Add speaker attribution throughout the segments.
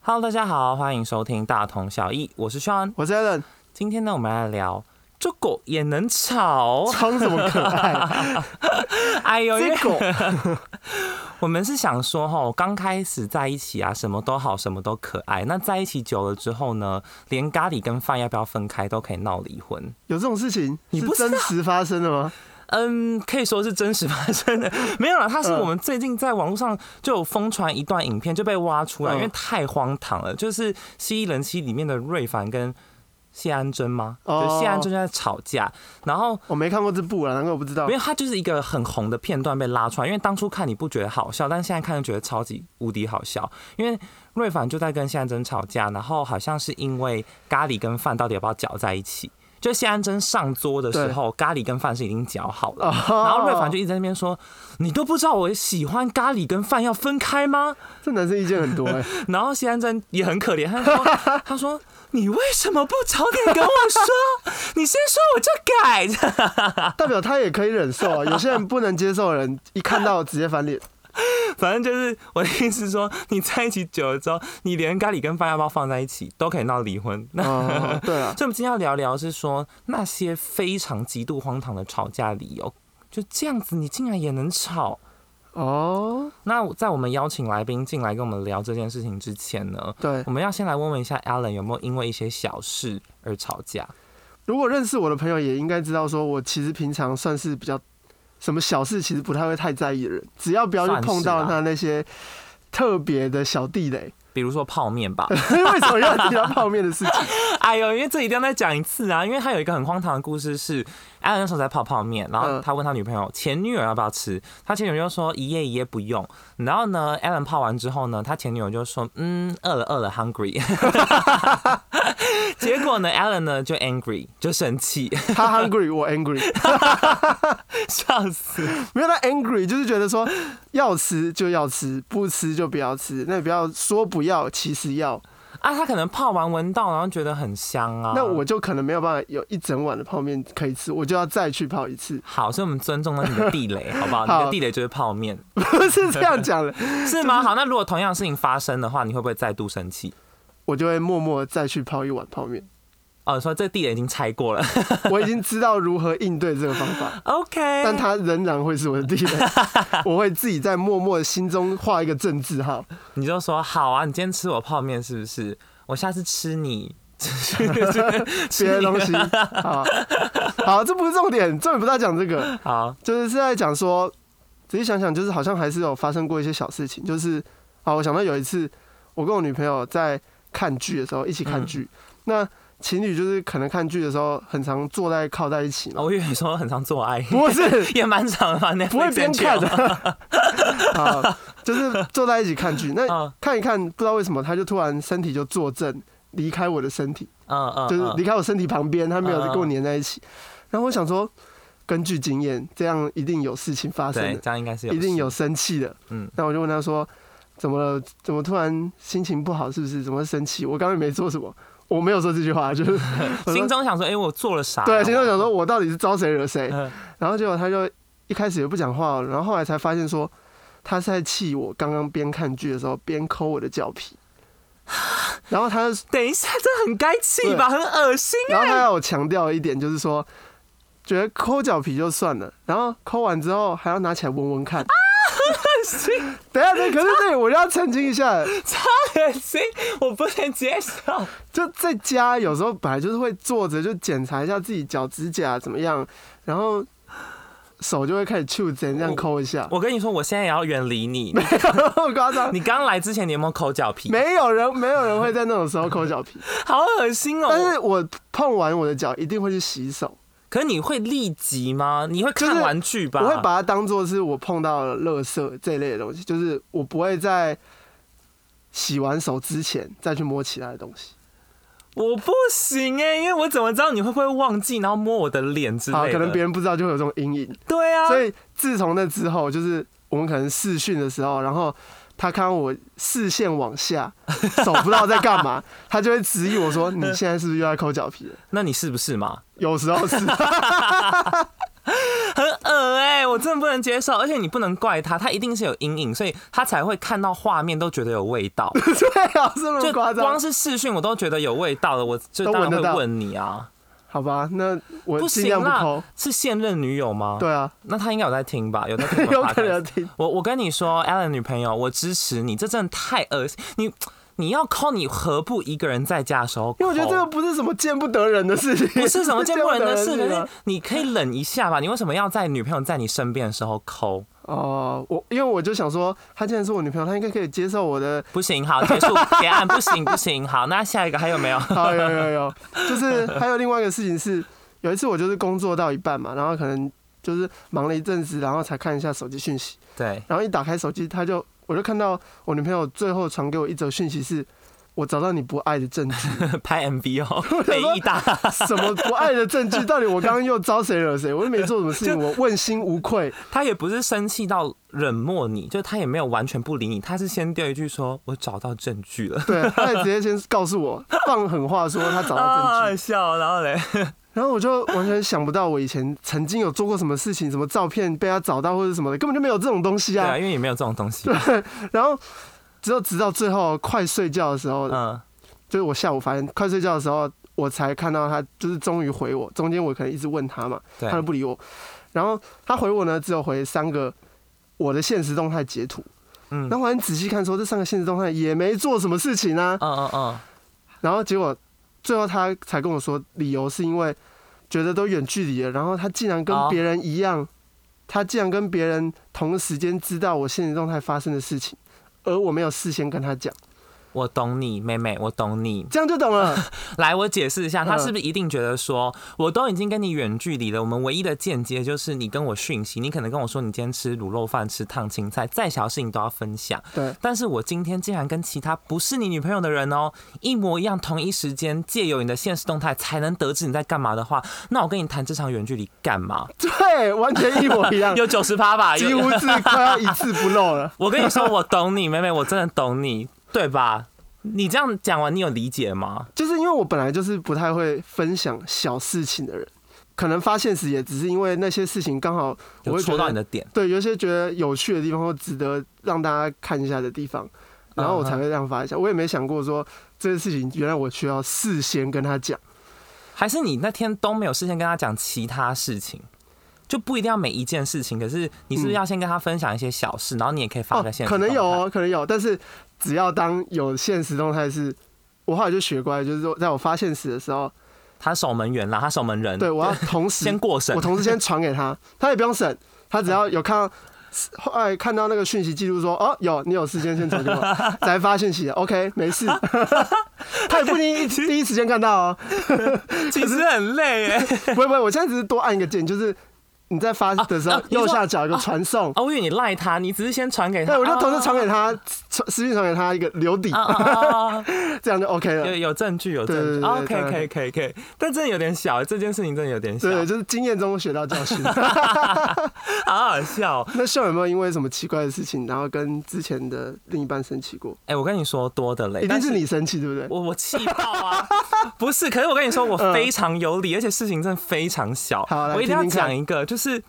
Speaker 1: Hello，大家好，欢迎收听《大同小异》，我是 Sean。
Speaker 2: 我是 Allen，
Speaker 1: 今天呢，我们来聊这狗也能吵。
Speaker 2: 装什么可爱？
Speaker 1: 哎呦，因为
Speaker 2: 这狗
Speaker 1: 我们是想说哈，刚开始在一起啊，什么都好，什么都可爱。那在一起久了之后呢，连咖喱跟饭要不要分开都可以闹离婚。
Speaker 2: 有这种事情
Speaker 1: 你
Speaker 2: 是
Speaker 1: 不知道
Speaker 2: 真实发生的吗？
Speaker 1: 嗯，可以说是真实发生的， 嗯没有啦，它是我们最近在网络上就有疯传一段影片，就被挖出来，
Speaker 2: 嗯
Speaker 1: 因为太荒唐了。就是《蜥蜴人妻》里面的瑞凡跟谢安珍吗？
Speaker 2: 哦
Speaker 1: 就谢安珍在吵架，然后
Speaker 2: 我没看过这部啊了，难怪我不知道
Speaker 1: 没。有，它就是一个很红的片段被拉出来，因为当初看你不觉得好笑，但现在看就觉得超级无敌好笑。因为瑞凡就在跟谢安珍吵架，然后好像是因为咖喱跟饭到底要不要搅在一起。就谢安珍上桌的时候，咖喱跟饭是已经搅好了，
Speaker 2: 哦
Speaker 1: 然后瑞凡就一直在那边说：“你都不知道我喜欢咖喱跟饭要分开吗
Speaker 2: 这男生意见很多 哎、？”
Speaker 1: 然后谢安珍也很可怜，他说：“他说你为什么不早点跟我说？你先说我就改。”
Speaker 2: 代表他也可以忍 受啊。有些人不能接受的人，一看到直接翻脸。
Speaker 1: 反正就是我的意思是说，你在一起久了之后，你连咖喱跟饭要不要放在一起都可以闹离婚。 那、
Speaker 2: 哦，对啊，
Speaker 1: 所以我们今天要聊聊是说那些非常极度荒唐的吵架理由，就这样子你竟然也能吵。
Speaker 2: 哦，
Speaker 1: 那我在我们邀请来宾进来跟我们聊这件事情之前呢，
Speaker 2: 对
Speaker 1: 我，们要先来问问一下 Alan 有没有因为一些小事而吵架？
Speaker 2: 如果认识我的朋友也应该知道，说我其实平常算是比较什么小事其实不太会太在意的人，只要不要去碰到
Speaker 1: 算是啦
Speaker 2: 他那些特别的小地雷。
Speaker 1: 比如说泡面吧，
Speaker 2: 为什么要提到泡面的事情？
Speaker 1: 哎呦，因为这一定要再讲一次啊！因为他有一个很荒唐的故事是，艾伦那时候在泡泡面，然后
Speaker 2: 嗯
Speaker 1: 他问他女朋友、前女友要不要吃，他前女友就说一夜一夜不用。然后呢，艾伦泡完之后呢，他前女友就说嗯，饿了饿了，hungry。结果呢，艾伦呢就 angry 就生气，,
Speaker 2: 他 hungry，我 angry。
Speaker 1: 笑死！
Speaker 2: 没有他 angry，就是觉得说要吃就要吃，不吃就不要吃。那你不要说不要，其实要。
Speaker 1: 啊，他可能泡完闻到，然后觉得很香啊。
Speaker 2: 那我就可能没有办法有一整碗的泡面可以吃，我就要再去泡一次。
Speaker 1: 好，所以我们尊重了你的地雷，好不好？
Speaker 2: 好
Speaker 1: 你的地雷就是泡面，
Speaker 2: 不是这样讲的，
Speaker 1: 是 吗？好，那如果同样的事情发生的话，你会不会再度生气？
Speaker 2: 我就会默默再去泡一碗泡面。
Speaker 1: 哦，说这地雷已经拆过了。
Speaker 2: 我已经知道如何应对这个方法，
Speaker 1: OK，
Speaker 2: 但它仍然会是我的地雷。我会自己在默默的心中画一个正字号。
Speaker 1: 你就说好啊，你今天吃我泡面是不是？我下次吃你，吃你
Speaker 2: 别的东西。好，好，这不是重点，重点不是在讲这个。
Speaker 1: 好，
Speaker 2: 就是是在讲说，仔细想想，就是好像还是有发生过一些小事情。就是啊，我想到有一次，我跟我女朋友在看剧的时候一起看剧，嗯那情侣就是可能看剧的时候，很常坐在靠在一起嘛，
Speaker 1: 我以为你说很常做爱，
Speaker 2: 不是
Speaker 1: 也蛮长的吧？那
Speaker 2: 不会边看的
Speaker 1: 的。
Speaker 2: 啊，就是坐在一起看剧。那
Speaker 1: 嗯
Speaker 2: 看一看，不知道为什么，他就突然身体就坐正，离开我的身体，
Speaker 1: 嗯嗯，
Speaker 2: 就是
Speaker 1: 嗯
Speaker 2: 离开我身体旁边，他没有
Speaker 1: 嗯嗯
Speaker 2: 跟我粘在一起。然后我想说，根据经验，这样一定有事情发生
Speaker 1: 对，
Speaker 2: 的。
Speaker 1: 这样应该是
Speaker 2: 一定
Speaker 1: 事
Speaker 2: 有生气的。
Speaker 1: 嗯
Speaker 2: 嗯，那我就问他说，怎么了？怎么突然心情不好？是不是？怎么会生气？我刚刚也没做什么，我没有说这句话， 就是我
Speaker 1: 心
Speaker 2: 说
Speaker 1: 中想说，哎，我做了啥？
Speaker 2: 对，心中想说我到底是招谁惹谁？
Speaker 1: 嗯，
Speaker 2: 然后结果他就一开始也不讲话，哦然后后来才发现说。他是在气我刚刚边看剧的时候边抠我的脚皮，然后他就
Speaker 1: 等一下，这很该气吧？很恶心啊
Speaker 2: 然后他要我强调一点，就是说，觉得抠脚皮就算了，然后抠完之后还要拿起来闻闻看。啊，等一下，这可是这里我就要澄清一下，
Speaker 1: 恶心，我不能接受。
Speaker 2: 就在家有时候本来就是会坐着，就检查一下自己脚指甲啊怎么样，然后手就会开始去针这样抠一下，
Speaker 1: 我跟你说，我现在也要远离你。你
Speaker 2: 好夸张。
Speaker 1: 你刚来之前，你有没有抠脚皮？，
Speaker 2: 没有人，没有人会在那种时候抠脚皮。
Speaker 1: 好恶心哦。
Speaker 2: 但是我碰完我的脚，一定会去洗手，
Speaker 1: 可是你会立即吗？你会看玩具吧？
Speaker 2: 我会把它当做是我碰到了垃圾这一类的东西，就是我不会在洗完手之前再去摸其他的东西。
Speaker 1: 我不行哎、因为我怎么知道你会不会忘记，然后摸我的脸之类
Speaker 2: 好，
Speaker 1: 的？
Speaker 2: 可能别人不知道就会有这种阴影。
Speaker 1: 对啊，
Speaker 2: 所以自从那之后，就是我们可能视讯的时候，然后他看到我视线往下，手不知道在 干嘛，他就会质疑我说：“你现在是不是又在抠脚皮了
Speaker 1: 那你是不是嘛？？”
Speaker 2: 有时候是，
Speaker 1: 很恶哎、我我真的不能接受，而且你不能怪他，他一定是有阴影，所以他才会看到画面都觉得有味 道。
Speaker 2: 对啊，是那
Speaker 1: 就
Speaker 2: 么夸张
Speaker 1: 光？是视讯我都觉得有味道了，我就当然
Speaker 2: 都闻得
Speaker 1: 会
Speaker 2: 到
Speaker 1: 问你啊，
Speaker 2: 好吧，那我
Speaker 1: 不行
Speaker 2: 尽量不
Speaker 1: 啦
Speaker 2: 抠。，
Speaker 1: 是现任女友吗？，
Speaker 2: 对啊，
Speaker 1: 那他应该有在听吧？有在听我
Speaker 2: 有
Speaker 1: 们
Speaker 2: 可能
Speaker 1: podcast
Speaker 2: 有听。
Speaker 1: 我我跟你说，Allen 女朋友，我支持你，这真的太恶心。你你要抠，你何不一个人在家的时候抠？
Speaker 2: 因为我觉得这个不是什么见不得人的事情，
Speaker 1: 不是什么见不得人的 事，可
Speaker 2: 情
Speaker 1: 是
Speaker 2: 啊。
Speaker 1: 你可以忍一下吧。你为什么要在女朋友在你身边的时候抠？
Speaker 2: 哦，我因为我就想说，她既然是我女朋友，她应该可以接受我的。
Speaker 1: 不行，好，结 束，结案，不行不行，好，那下一个还有没有？
Speaker 2: 好，有有有，就是还有另外一个事情是，有一次我就是工作到一半嘛，然后可能就是忙了一阵子，然后才看一下手机讯息，
Speaker 1: 对，
Speaker 2: 然后一打开手机，她就我就看到我女朋友最后传给我一则讯息是。我找到你不爱的证据，
Speaker 1: 拍 MV 哦，
Speaker 2: 想
Speaker 1: 北
Speaker 2: 说
Speaker 1: 艺大，
Speaker 2: 什么不爱的证据？到底我刚刚又招谁惹谁？我又没做什么事情，我问心无愧。
Speaker 1: 他也不是生气到冷漠你，就他也没有完全不理你，他是先丢一句说：“我找到证据了。
Speaker 2: 对，他也直接先告诉我，放狠话说他”找到证 据，
Speaker 1: 好啊笑，然后嘞，
Speaker 2: 然后我就完全想不到我以前曾经有做过什么事情，什么照片被他找到或者什么的，根本就没有这种东西
Speaker 1: 对
Speaker 2: 啊
Speaker 1: 啊，。因为也没有这种东西，
Speaker 2: 然后只有直到最后快睡觉的时候，
Speaker 1: 嗯，
Speaker 2: 就是我下午发现快睡觉的时候，我才看到他就是终于回我，中间我可能一直问他嘛，
Speaker 1: 对
Speaker 2: 他，都不理我。然后他回我呢，只有回三个我的现实动态截图，
Speaker 1: 嗯，
Speaker 2: 然后我很仔细看说这三个现实动态也没做什么事情啊，
Speaker 1: 嗯嗯嗯，
Speaker 2: 然后结果最后他才跟我说，理由是因为觉得都远距离了，然后他竟然跟
Speaker 1: 哦
Speaker 2: 别人一样，他竟然跟别人同时间知道我现实动态发生的事情，而我没有事先跟他讲，
Speaker 1: 我懂你，妹妹，我懂你。
Speaker 2: 这样就懂了。
Speaker 1: 来，我解释一下，他
Speaker 2: 嗯
Speaker 1: 是不是一定觉得说，我都已经跟你远距离了，我们唯一的间接就是你跟我讯息，你可能跟我说你今天吃卤肉饭、吃烫青菜，再小的事情都要分享。
Speaker 2: 对，
Speaker 1: 但是我今天竟然跟其他不是你女朋友的人哦，一模一样，同一时间借由你的现实动态才能得知你在干嘛的话，那我跟你谈这场远距离干嘛？
Speaker 2: 对，完全一模 一样，
Speaker 1: 有九十趴吧？
Speaker 2: 嗯几
Speaker 1: 有。
Speaker 2: 乎是快要一字不漏了。
Speaker 1: 我跟你说，我懂你，妹妹，我真的懂你，对吧？你这样讲完，你有理解吗？
Speaker 2: 就是因为我本来就是不太会分享小事情的人，可能发现时也只是因为那些事情刚好我
Speaker 1: 有
Speaker 2: 会
Speaker 1: 戳
Speaker 2: 觉
Speaker 1: 到
Speaker 2: 得
Speaker 1: 你的点，
Speaker 2: 对，有一些觉得有趣的地方或值得让大家看一下的地方，然后我
Speaker 1: 嗯
Speaker 2: 才会这样发一下。我也没想过说这件事情原来我需要事先跟他讲。
Speaker 1: 还是你那天都没有事先跟他讲其他事情？就不一定要每一件事情，可是你是不是
Speaker 2: 嗯
Speaker 1: 要先跟他分享一些小事，然后你也可以发
Speaker 2: 哦
Speaker 1: 在现、，
Speaker 2: 可能有
Speaker 1: 哦。
Speaker 2: 哦，可能有，但是只要当有现实动态是。我后来就学乖，就是说，在我发现时的时候，
Speaker 1: 他守门员啦，他守门人，
Speaker 2: 对我要同
Speaker 1: 嗯
Speaker 2: 时
Speaker 1: 先过审
Speaker 2: 我。同时先传给他，他也不用审，他只要有看到，后来看到那个讯息记录说，哦，有你有事先先传 给我，才发讯息的，OK，没事，他也不一定第一时间看到哦，
Speaker 1: 其实很累哎。
Speaker 2: 不会不会，我现在只是多按一个键，就是你在发的时
Speaker 1: 啊
Speaker 2: 候
Speaker 1: 啊你说
Speaker 2: 右下角有个传送，
Speaker 1: 哦，我以为你赖他，你只是先传给他。
Speaker 2: 对，我就同
Speaker 1: 哦
Speaker 2: 时传给他，传私信传给他一个留底，
Speaker 1: 啊啊啊啊！啊
Speaker 2: 这样就 OK
Speaker 1: 有
Speaker 2: 了。
Speaker 1: 有证据，有证
Speaker 2: 对对
Speaker 1: 据。哦
Speaker 2: 对
Speaker 1: OK，
Speaker 2: 当然
Speaker 1: 可以，可以，可以。但真的有点小，这件事情真的有点小，
Speaker 2: 对，就是经验中学到教 训。
Speaker 1: 好好笑哦。
Speaker 2: 那秀有没有因为什么奇怪的事情，然后跟之前的另一半生气过？
Speaker 1: 哎，我跟你说多的嘞，
Speaker 2: 一定
Speaker 1: 但
Speaker 2: 是你生气，对不对？
Speaker 1: 我 我气爆啊！不是，可是我跟你说，我非常有理，而且事情真的非常小。
Speaker 2: 嗯好来
Speaker 1: 我一定要
Speaker 2: 听听看
Speaker 1: 讲一个，就是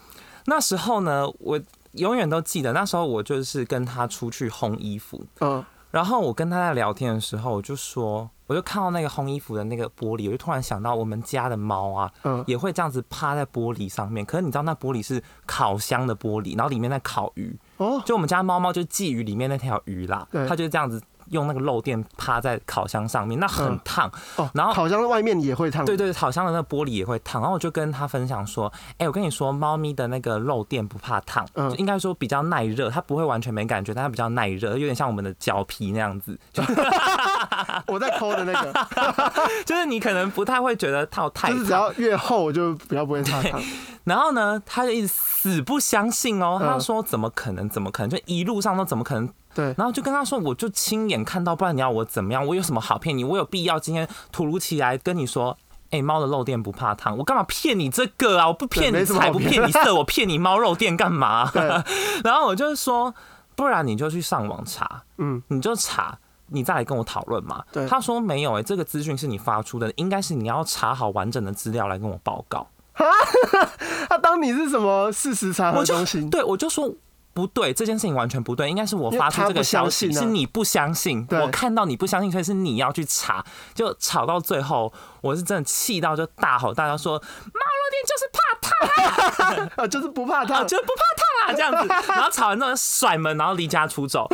Speaker 1: 那时候呢，我永远都记得，那时候我就是跟他出去烘衣服，
Speaker 2: 嗯，
Speaker 1: 然后我跟他在聊天的时候，我就说，我就看到那个烘衣服的那个玻璃，我就突然想到我们家的猫啊，
Speaker 2: 嗯
Speaker 1: 也会这样子趴在玻璃上面。可是你知道那玻璃是烤箱的玻璃，然后里面在烤鱼，
Speaker 2: 哦，
Speaker 1: 就我们家猫猫就觊觎里面那条鱼啦，
Speaker 2: 对
Speaker 1: 它就这样子用那个肉垫趴在烤箱上面，那很
Speaker 2: 嗯
Speaker 1: 烫。
Speaker 2: 哦，
Speaker 1: 然后
Speaker 2: 烤箱外面也会烫，
Speaker 1: 对对，烤箱的那个玻璃也会烫。然后我就跟他分享说，哎、我跟你说，猫咪的那个肉垫不怕烫，
Speaker 2: 嗯
Speaker 1: 就应该说比较耐热，它不会完全没感觉，但它比较耐热，有点像我们的脚皮那样子，就
Speaker 2: 我在抠的那个，
Speaker 1: 就是你可能不太会觉得它有太
Speaker 2: 就是只
Speaker 1: 烫。
Speaker 2: 要越厚我就比较不会怕烫。
Speaker 1: 然后呢，他就一直死不相信哦，
Speaker 2: 嗯
Speaker 1: 他说怎么可能，怎么可能，就一路上都怎么可能。
Speaker 2: 对，
Speaker 1: 然后就跟他说，我就亲眼看到，不然你要我怎么样？我有什么好骗你？我有必要今天突如其来跟你说？哎、猫的肉垫不怕烫，我干嘛骗你这个啊？我不骗你
Speaker 2: 对没什么好
Speaker 1: 财，不骗你色，我骗你猫肉垫干嘛？
Speaker 2: 对，
Speaker 1: 然后我就说，不然你就去上网查，
Speaker 2: 嗯，
Speaker 1: 你就查，你再来跟我讨论嘛。
Speaker 2: 对
Speaker 1: 他说没有、哎，这个资讯是你发出的，应该是你要查好完整的资料来跟我报告。
Speaker 2: 他啊当你是什么事实查核
Speaker 1: 我就
Speaker 2: 中心？
Speaker 1: 对我就说不对，这件事情完全不对，应该是我
Speaker 2: 因为
Speaker 1: 发出
Speaker 2: 他
Speaker 1: 这
Speaker 2: 不
Speaker 1: 个
Speaker 2: 相
Speaker 1: 消息
Speaker 2: 信啊
Speaker 1: 是你不相信，
Speaker 2: 对
Speaker 1: 我看到你不相信，所以是你要去查，就吵到最后，我是真的气到就大吼大叫说：“猫肉店就是怕烫
Speaker 2: 啊，就是不怕
Speaker 1: 啊，
Speaker 2: 烫，
Speaker 1: 就是不怕烫啊！”这样子，然后吵完之后就甩门，然后离家出走，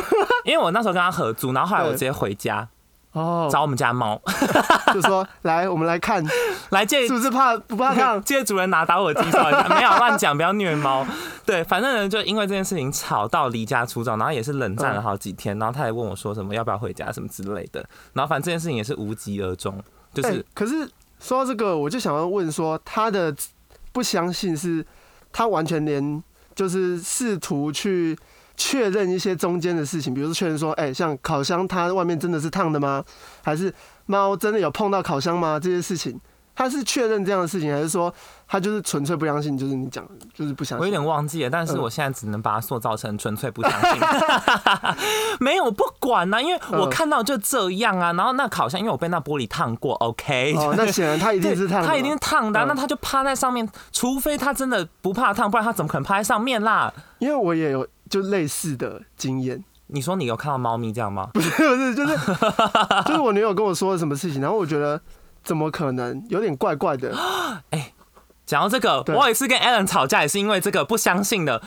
Speaker 1: 因为我那时候跟他合租，然后后来我
Speaker 2: 对
Speaker 1: 直接回家
Speaker 2: 哦，
Speaker 1: 找我们家猫
Speaker 2: 就说来，我们来看是
Speaker 1: 来借？
Speaker 2: 不是怕不怕烫
Speaker 1: 借主人拿打火机烧一下， 没有乱讲，不要虐猫。 对，反正呢，就因为这件事情吵到离家出走，然后也是冷战了好几天，然后他也问我说什么要不要回家什么之类的，然后反正这件事情也是无疾而终， 就
Speaker 2: 哎、
Speaker 1: 是
Speaker 2: 可是说到这个，我就想要问说，他的不相信是，他完全连就是试图去确认一些中间的事情，比如说确认说，哎、像烤箱它外面真的是烫的吗？还是猫真的有碰到烤箱吗？这些事情，他是确认这样的事情，还是说他就是纯粹不相信？就是你讲的，就是不相
Speaker 1: 我有
Speaker 2: 信。
Speaker 1: 点忘记了，但是
Speaker 2: 嗯
Speaker 1: 我现在只能把它塑造成纯粹不相信。 没有，我不管呐、因为我
Speaker 2: 嗯
Speaker 1: 看到就这样啊。然后那烤箱，因为我被那玻璃烫过，OK，
Speaker 2: 哦，那显然他一 定
Speaker 1: 对，
Speaker 2: 是烫的嘛，
Speaker 1: 他一定是烫的啊、
Speaker 2: 嗯
Speaker 1: 那他就趴在上面，除非他真的不怕烫，不然他怎么可能趴在上面啦？
Speaker 2: 因为我也有就类似的经验。
Speaker 1: 你说你有看到猫咪这样吗？
Speaker 2: 不是，就是就是我女友跟我说了什么事情，然后我觉得怎么可能，有点怪怪的。
Speaker 1: 讲到这个，
Speaker 2: 对
Speaker 1: 我有一次跟 Alan 吵架，也是因为这个不相信的。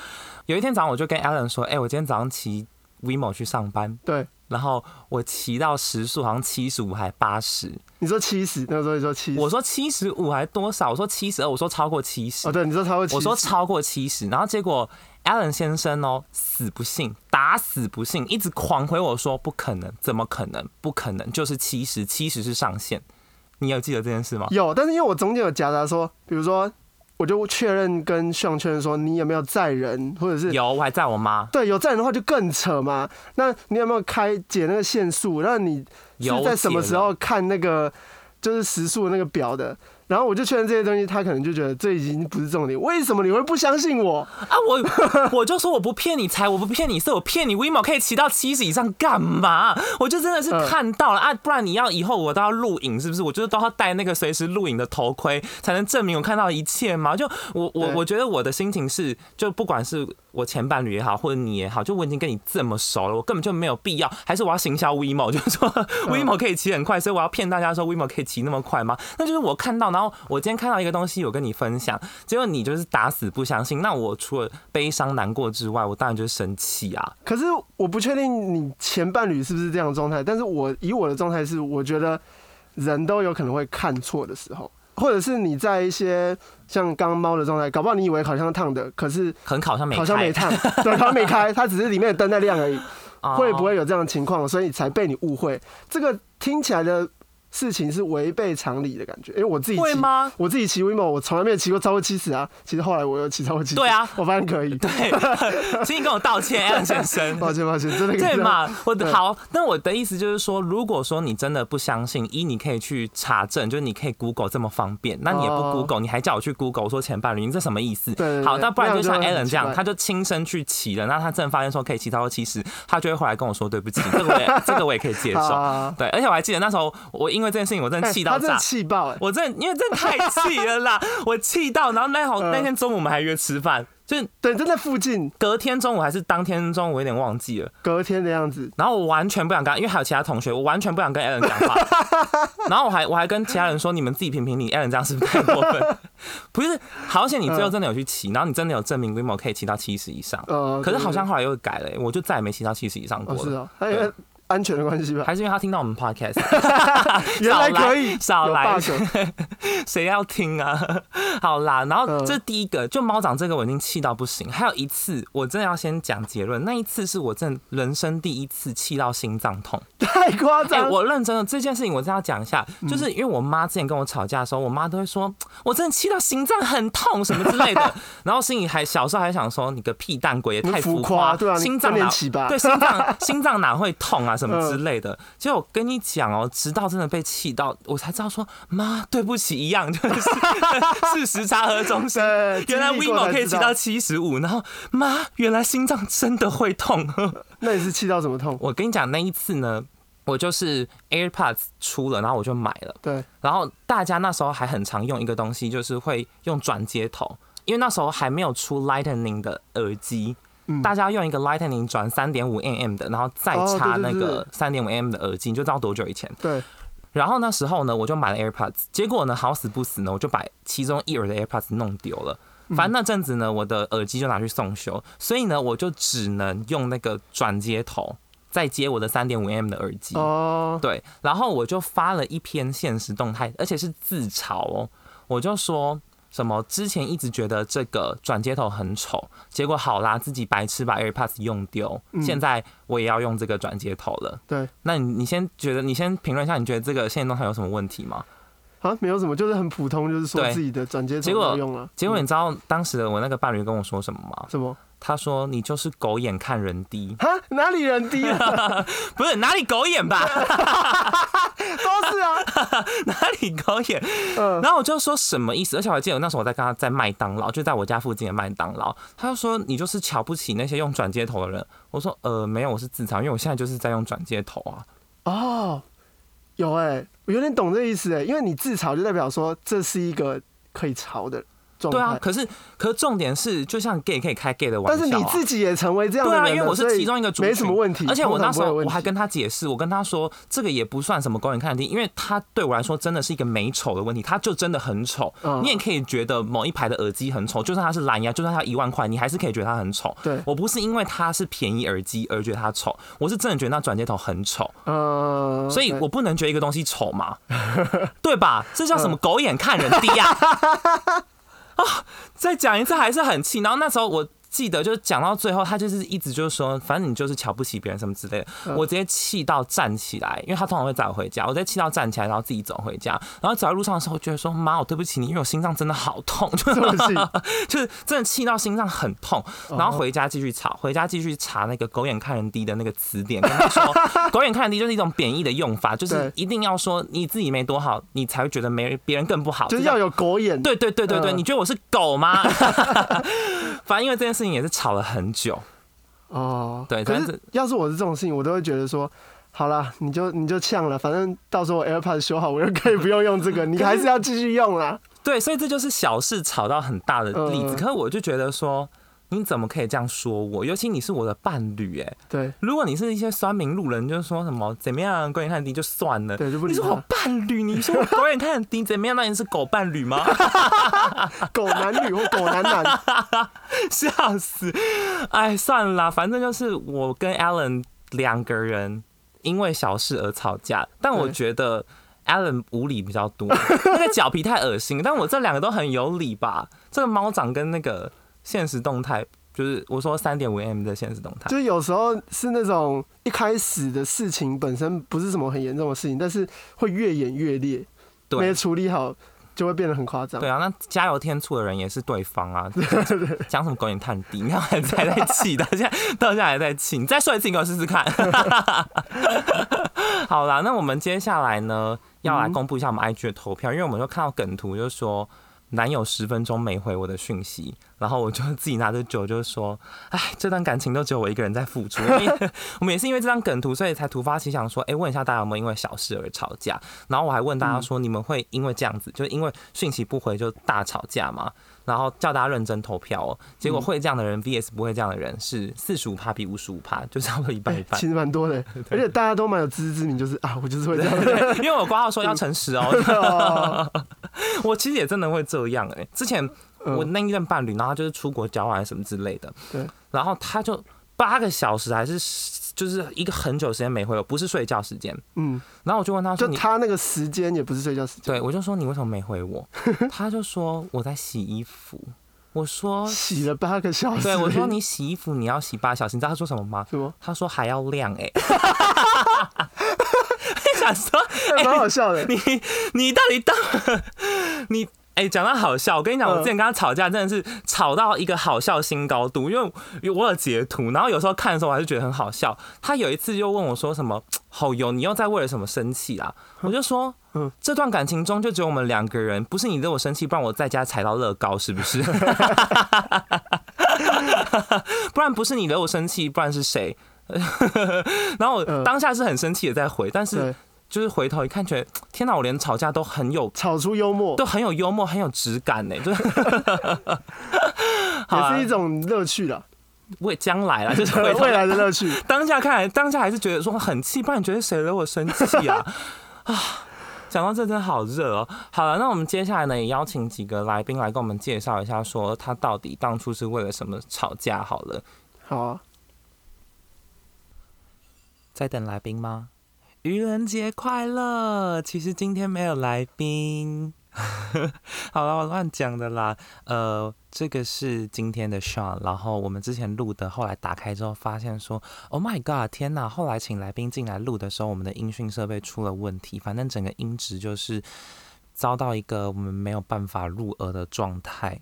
Speaker 1: 有一天早上，我就跟 Alan 说：“哎、我今天早上骑 WeMo 去上班，
Speaker 2: 对，
Speaker 1: 然后我骑到时速好像七十五还八十，
Speaker 2: 你说七十，那时候你说七
Speaker 1: 我
Speaker 2: 十，
Speaker 1: 说七十五还多少？我说七十二，我说超过七十、
Speaker 2: 哦，对，你说他会七
Speaker 1: 我
Speaker 2: 十，
Speaker 1: 说超过七十，然后结果 Alan 先生哦死不信，打死不信，一直狂回我说不可能，怎么可能？不可能，就是七十，七十是上限。你有记得这件事吗？
Speaker 2: 有，但是因为我中间有夹杂说，比如说我就确认跟向确认说你有没有载人，或者是
Speaker 1: 有，我还在我妈。
Speaker 2: 对有载人的话就更扯嘛。那你有没有开解那个限速？那你
Speaker 1: 有
Speaker 2: 是在什么时候看那个就是时速的那个表的？然后我就确认这些东西，他可能就觉得这已经不是重点。为什么你会不相信我？
Speaker 1: 啊，我我就说我不骗你财，我不骗你色，我骗你 WeMo 可以骑到七十以上干嘛？我就真的是
Speaker 2: 嗯
Speaker 1: 看到了、啊，不然你要以后我都要录影是不是？我就是都要戴那个随时录影的头盔，才能证明我看到一切嘛。就我我
Speaker 2: 对
Speaker 1: 我觉得我的心情是，就不管是我前伴侣也好，或者你也好，就我已经跟你这么熟了，我根本就没有必要，还是我要行销 WeMo，就是说
Speaker 2: 嗯
Speaker 1: WeMo 可以骑很快，所以我要骗大家说 WeMo 可以骑那么快吗？那就是我看到，然后我今天看到一个东西，有跟你分享，结果你就是打死不相信。那我除了悲伤难过之外，我当然就是生气啊。
Speaker 2: 可是我不确定你前伴侣是不是这样的状态，但是我以我的状态是，我觉得人都有可能会看错的时候，或者是你在一些像刚刚猫的状态，搞不好你以为烤箱烫的，可是
Speaker 1: 可能烤箱没开，
Speaker 2: 烤箱没烫，对，烤箱没开，它只是里面的灯在亮 而已，
Speaker 1: 哦
Speaker 2: 会不会有这样的情况？所以才被你误会。这个听起来的事情是违背常理的感觉，因为我自己骑
Speaker 1: 会？吗？
Speaker 2: 我自己骑 WeMo，我从来没有骑过超过七十啊。其实后来我又骑超过七十，
Speaker 1: 对啊
Speaker 2: 我发现可以。
Speaker 1: 对，请你跟我道歉，Alan 先 生。
Speaker 2: 抱歉抱歉，真的可以这
Speaker 1: 对
Speaker 2: 样
Speaker 1: 嘛？我
Speaker 2: 对
Speaker 1: 好，那我的意思就是说，如果说你真的不相信，一你可以去查证，就是你可以 Google 这么方便，那你也不
Speaker 2: 哦
Speaker 1: Google，、你还叫我去 Google 说前伴侣，你这什么意思？
Speaker 2: 对对对
Speaker 1: 好，那不然就像
Speaker 2: 那样就很
Speaker 1: Alan 这样
Speaker 2: 奇，怪
Speaker 1: 他就亲身去骑了，那他真的发现说可以骑超过七十，他就会回来跟我说对不起，这个我也这个我也可以接
Speaker 2: 好
Speaker 1: 受。
Speaker 2: 好好
Speaker 1: 对，而且我还记得那时候我因为这件事情我真的
Speaker 2: 哎
Speaker 1: 气
Speaker 2: 他
Speaker 1: 到
Speaker 2: 真的
Speaker 1: 炸。
Speaker 2: 气爆哎、
Speaker 1: 我真的因为真的太气了啦，我气到，然后那好
Speaker 2: 嗯
Speaker 1: 那天中午我们还约吃饭，就是
Speaker 2: 对，真的附近
Speaker 1: 隔天中午还是当天中午，我有点忘记了。
Speaker 2: 隔天的样子，
Speaker 1: 然后我完全不想跟他，因为还有其他同学，我完全不想跟 Alan 讲 话。然后我还我还跟其他人说，你们自己评评理，Alan 这样是不是太过分？不是，好险你最后真的有去
Speaker 2: 嗯
Speaker 1: 骑，然后你真的有证明 WeMo 可以骑到七十以上。
Speaker 2: 呃，
Speaker 1: 可是
Speaker 2: 对
Speaker 1: 好像后来又改了、我就再也没骑到七十以上过
Speaker 2: 哦是
Speaker 1: 了。
Speaker 2: 哦，还有安全的关系吧，
Speaker 1: 还是因为他听到我们 podcast，
Speaker 2: 原来可以
Speaker 1: 少来
Speaker 2: 有 bug
Speaker 1: 谁要听啊？ 好啦，然后
Speaker 2: 嗯
Speaker 1: 这第一个就猫掌这个我已经气到不行，还有一次我真的要先讲结论，那一次是我真的人生第一次气到心脏痛。
Speaker 2: 太 夸
Speaker 1: 哎、
Speaker 2: 张，
Speaker 1: 我认真的这件事情，我真的要讲一下，
Speaker 2: 嗯
Speaker 1: 就是因为我妈之前跟我吵架的时候，我妈都会说，我真的气到心脏很痛什么之类 的，然后心里还小时候还想说，你个屁蛋鬼也
Speaker 2: 你
Speaker 1: 太
Speaker 2: 浮
Speaker 1: 浮
Speaker 2: 夸对啊，
Speaker 1: 心
Speaker 2: 你
Speaker 1: 脏哪
Speaker 2: 年起吧，嗯
Speaker 1: 对心脏心脏哪会痛啊什么之 类的。结果我跟你讲哦，直到真的被气到，我才知道说，妈对不起一样，就是 事实查核中心。
Speaker 2: 对，
Speaker 1: 原来
Speaker 2: 经历过
Speaker 1: WeMo
Speaker 2: 才
Speaker 1: 可以
Speaker 2: 知
Speaker 1: 骑
Speaker 2: 道
Speaker 1: 到，七十五，然后妈，原来心脏真的会痛。
Speaker 2: 那你是气到什么痛？
Speaker 1: 我跟你讲，那一次呢，我就是 AirPods 出了，然后我就买了。
Speaker 2: 对，
Speaker 1: 然后大家那时候还很常用一个东西，就是会用转接头，因为那时候还没有出 Lightning 的耳机，
Speaker 2: 嗯，
Speaker 1: 大家用一个 Lightning 转三点五 mm 的，然后再
Speaker 2: 哦
Speaker 1: 插
Speaker 2: 对对
Speaker 1: 那
Speaker 2: 对
Speaker 1: 个三点五 mm 的耳机，你就知道多久以前。
Speaker 2: 对，
Speaker 1: 然后那时候呢，我就买了 AirPods，结果呢，好死不死呢，我就把其中一耳的 AirPods 弄丢了。
Speaker 2: 嗯
Speaker 1: 反正那阵子呢，我的耳机就拿去送修，所以呢，我就只能用那个转接头再接我的三点五 mm 的耳机。
Speaker 2: 哦，
Speaker 1: 对，然后我就发了一篇现实动态，而且是自嘲哦，我就说什么之前一直觉得这个转接头很丑，结果好啦，自己白痴把 AirPods 用丢，
Speaker 2: 嗯
Speaker 1: 现在我也要用这个转接头了。
Speaker 2: 对，
Speaker 1: 那你你先觉得，你先评论一下，你觉得这个现实动态有什么问题吗？
Speaker 2: 啊，没有什么，就是很普通，就是说
Speaker 1: 对
Speaker 2: 自己的转接头
Speaker 1: 结果
Speaker 2: 没用了。
Speaker 1: 结果
Speaker 2: 嗯
Speaker 1: 你知道当时的我那个伴侣跟我说什么吗？
Speaker 2: 什么？
Speaker 1: 他说你就是狗眼看人低，
Speaker 2: 哈，哪里人低了？
Speaker 1: 不是哪里狗眼吧？
Speaker 2: 都是啊，
Speaker 1: 哪里狗眼？
Speaker 2: 嗯
Speaker 1: 然后我就说什么意思？而且我还记得那时候我在跟他在麦当劳，就在我家附近的麦当劳，他就说你就是瞧不起那些用转接头的人。我说呃没有，我是自嘲，因为我现在就是在用转接头啊。
Speaker 2: 哦，有哎、我有点懂这意思哎、因为你自嘲就代表说这是一个可以嘲的状态。
Speaker 1: 对啊，可是可是重点是，就像 gay 可以开 gay 的玩
Speaker 2: 但
Speaker 1: 笑、
Speaker 2: 是
Speaker 1: 啊，
Speaker 2: 你自己也成为这样的
Speaker 1: 对
Speaker 2: 人
Speaker 1: 啊，
Speaker 2: 了，
Speaker 1: 因为我是
Speaker 2: 所以
Speaker 1: 其中一个主
Speaker 2: 没什么问题。
Speaker 1: 而且我那时候我还
Speaker 2: 通
Speaker 1: 跟他解释，我跟他说这个也不算什么狗眼看人低，因为他对我来说真的是一个美丑的问题，他就真的很丑。
Speaker 2: 常不会有问题嗯
Speaker 1: 你也可以觉得某一排的耳机很丑，就算它是蓝牙，就算它一万块，你还是可以觉得它很丑。
Speaker 2: 对
Speaker 1: 我不是因为它是便宜耳机而觉得它丑，我是真的觉得那转接头很丑，
Speaker 2: 呃，
Speaker 1: 所以
Speaker 2: 对
Speaker 1: 我不能觉得一个东西丑嘛， 对吧？这叫什么狗眼看人低呀、啊？ 再讲一次还是很气。然后那时候我记得，就是讲到最后，他就是一直就是说，反正你就是瞧不起别人什么之类的。我直接气到站起来，因为他通常会载我回家，我直接气到站起来，然后自己走回家。然后走在路上的时候，觉得说妈，我对不起你，因为我心脏真的好痛，
Speaker 2: 这么细，
Speaker 1: 就是真的气到心脏很痛，
Speaker 2: 哦
Speaker 1: 然后回家继续查，回家继续查那个“狗眼看人低”的那个词典，跟他说“ 狗眼看人低”就是一种贬义的用法，就是
Speaker 2: 对
Speaker 1: 一定要说你自己没多好，你才会觉得没人别人更不好，
Speaker 2: 就是
Speaker 1: 这叫
Speaker 2: 要有狗眼。
Speaker 1: 对对对对对，
Speaker 2: 嗯
Speaker 1: 你觉得我是狗吗？ 反正因为这件事情也是吵了很久，
Speaker 2: 哦，
Speaker 1: 对
Speaker 2: 可
Speaker 1: 但
Speaker 2: 是
Speaker 1: 是
Speaker 2: 要是我是这种事情，我都会觉得说。好啦，你就你就呛了，反正到时候我 AirPods 修好，我又可以不用用这 个，你还是要继续用啦。
Speaker 1: 对，所以这就是小事吵到很大的例子。
Speaker 2: 嗯
Speaker 1: 可是我就觉得说，你怎么可以这样说我？尤其你是我的伴侣，哎，
Speaker 2: 对
Speaker 1: 如果你是一些酸民路人，就是说什么怎么样狗眼看人低就算了，
Speaker 2: 对，就不
Speaker 1: 你
Speaker 2: 理
Speaker 1: 是我
Speaker 2: 他。
Speaker 1: 伴侣，你 说我狗眼看人低怎么样？那你是狗伴侣吗？
Speaker 2: 狗男女或狗男男，
Speaker 1: 笑死！哎，算了啦，反正就是我跟 Alan 两个人因为小事而吵架，但我
Speaker 2: 对
Speaker 1: 觉得 Alan 无理比较多， 那个脚皮太恶心，但我这两个都很有理吧？这个猫掌跟那个现实动态，就是我说三点五 M 的现实动态，
Speaker 2: 就是有时候是那种一开始的事情本身不是什么很严重的事情，但是会越演越烈，没
Speaker 1: 对。
Speaker 2: 处理好就会变得很夸张
Speaker 1: 对。啊，那加油添醋的人也是 对方啊，讲什么狗眼探底， 你看还在在气，到现在到现在还在气，你再说一次，你给我试试看。 好啦，那我们接下来呢，要来公布一下我们 IG 的投票，因为我们就看到梗图就说。男友十分钟没回我的讯息，然后我就自己拿着酒就说：“哎，这段感情都只有我一个人在付出。因为”我们也是因为这张梗图，所以才突发奇想说：“哎、问一下大家有没有因为小事而吵架？”然后我还问
Speaker 2: 嗯
Speaker 1: 大家说：“你们会因为这样子，就是因为讯息不回就大吵架吗？”然后叫大家认真投票哦。结
Speaker 2: 嗯
Speaker 1: 果会这样的人 VS 不会这样的人是四十五趴比五十五趴，就差不多一半一
Speaker 2: 哎
Speaker 1: 半
Speaker 2: 其。实蛮多的，而且大家都蛮有自知之明，就是啊，我就是会这样
Speaker 1: 对，因为我挂号说
Speaker 2: 嗯
Speaker 1: 要诚实哦，
Speaker 2: 的。
Speaker 1: 我其实也真的会这样哎、之前我那一任伴侣，然后他就是出国交往什么之类的，
Speaker 2: 嗯对，
Speaker 1: 然后他就八个小时还是十就是一个很久时间没回我，不是睡觉时间。
Speaker 2: 嗯，
Speaker 1: 然后我就问他说
Speaker 2: 就
Speaker 1: 你。
Speaker 2: 他那个时间也不是睡觉时间，
Speaker 1: 对，我就说你为什么没回我？他就说我在洗衣服。我说
Speaker 2: 洗了八个小时。
Speaker 1: 对，我说你洗衣服你要洗八小时，你知道他说什么吗？
Speaker 2: 什么？
Speaker 1: 他说还要晾哎、欸。 想说
Speaker 2: 哎蛮好笑的。
Speaker 1: 你 你到底当你哎讲、到好笑，我跟
Speaker 2: 嗯
Speaker 1: 你讲，我之前跟他吵架真的是吵到一个好笑新高度，因为因为我有截图，然后有时候看的时候我还是觉得很好笑。他有一次就问我说什么“好友，你又在为了什么生气啊？”我就说。嗯
Speaker 2: 嗯，
Speaker 1: 这段感情中就只有我们两个人，不是你对我生气，不然我在家踩到乐高，是不是？ 不然不是你惹我生气，不然是谁？ 然后我
Speaker 2: 嗯
Speaker 1: 当下是很生气的在回，但是
Speaker 2: 对，
Speaker 1: 就是回头一看，觉得天哪，我连吵架都很有，
Speaker 2: 吵出幽默
Speaker 1: 都很有幽默，很有质感呢，就是 好啊
Speaker 2: 也是一种乐趣啦，
Speaker 1: 为将来啦，就是回头
Speaker 2: 未来的乐趣。
Speaker 1: 当下看来，当下还是觉得说很气，不然你觉得谁惹我生气啊？ 啊，讲到这真的好热哦。好了，那我们接下来呢，也邀请几个来宾来跟我们介绍一下，说他到底当初是为了什么吵架？好了，
Speaker 2: 好啊，
Speaker 1: 在等来宾吗？愚人节快乐！其实今天没有来宾。 好了，我乱讲的啦。呃，这个是今天的 Sean，然后我们之前录的，后来打开之后发现说，Oh my god，天哪！后来请来宾进来录的时候，我们的音讯设备出了问题，反正整个音质就是遭到一个我们没有办法入耳的状态。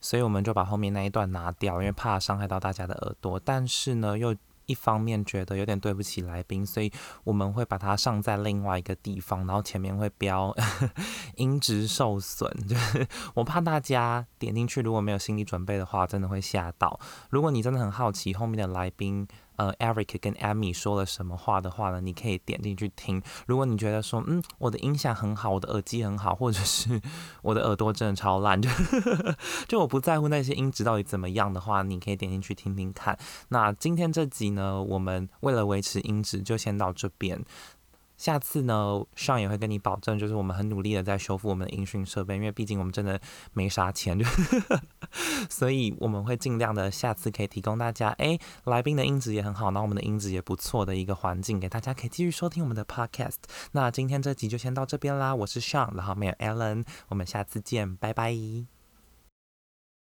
Speaker 1: 所以我们就把后面那一段拿掉，因为怕伤害到大家的耳朵。但是呢，又一方面觉得有点对不起来宾，所以我们会把它上在另外一个地方，然后前面会标 音质受损，就是 我怕大家点进去如果没有心理准备的话，真的会吓到。如果你真的很好奇后面的来宾。呃，Eric 跟 Amy 说了什么话的话呢？你可以点进去听。如果你觉得说，嗯，我的音响很好，我的耳机很好，或者是 我的耳朵真的超烂， 就就我不在乎那些音质到底怎么样的话，你可以点进去听听看。那今天这集呢，我们为了维持音质，就先到这边。下次呢，上也会跟你保证，就是我们很努力的在修复我们的音讯设备，因为毕竟我们真的没啥钱，就 所以我们会尽量的，下次可以提供大家，哎、来宾的音质也很好，然后我们的音质也不错的一个环境，给大家可以继续收听我们的 podcast。那今天这集就先到这边啦，我是上，然后没有 Alan，我们下次见，拜拜。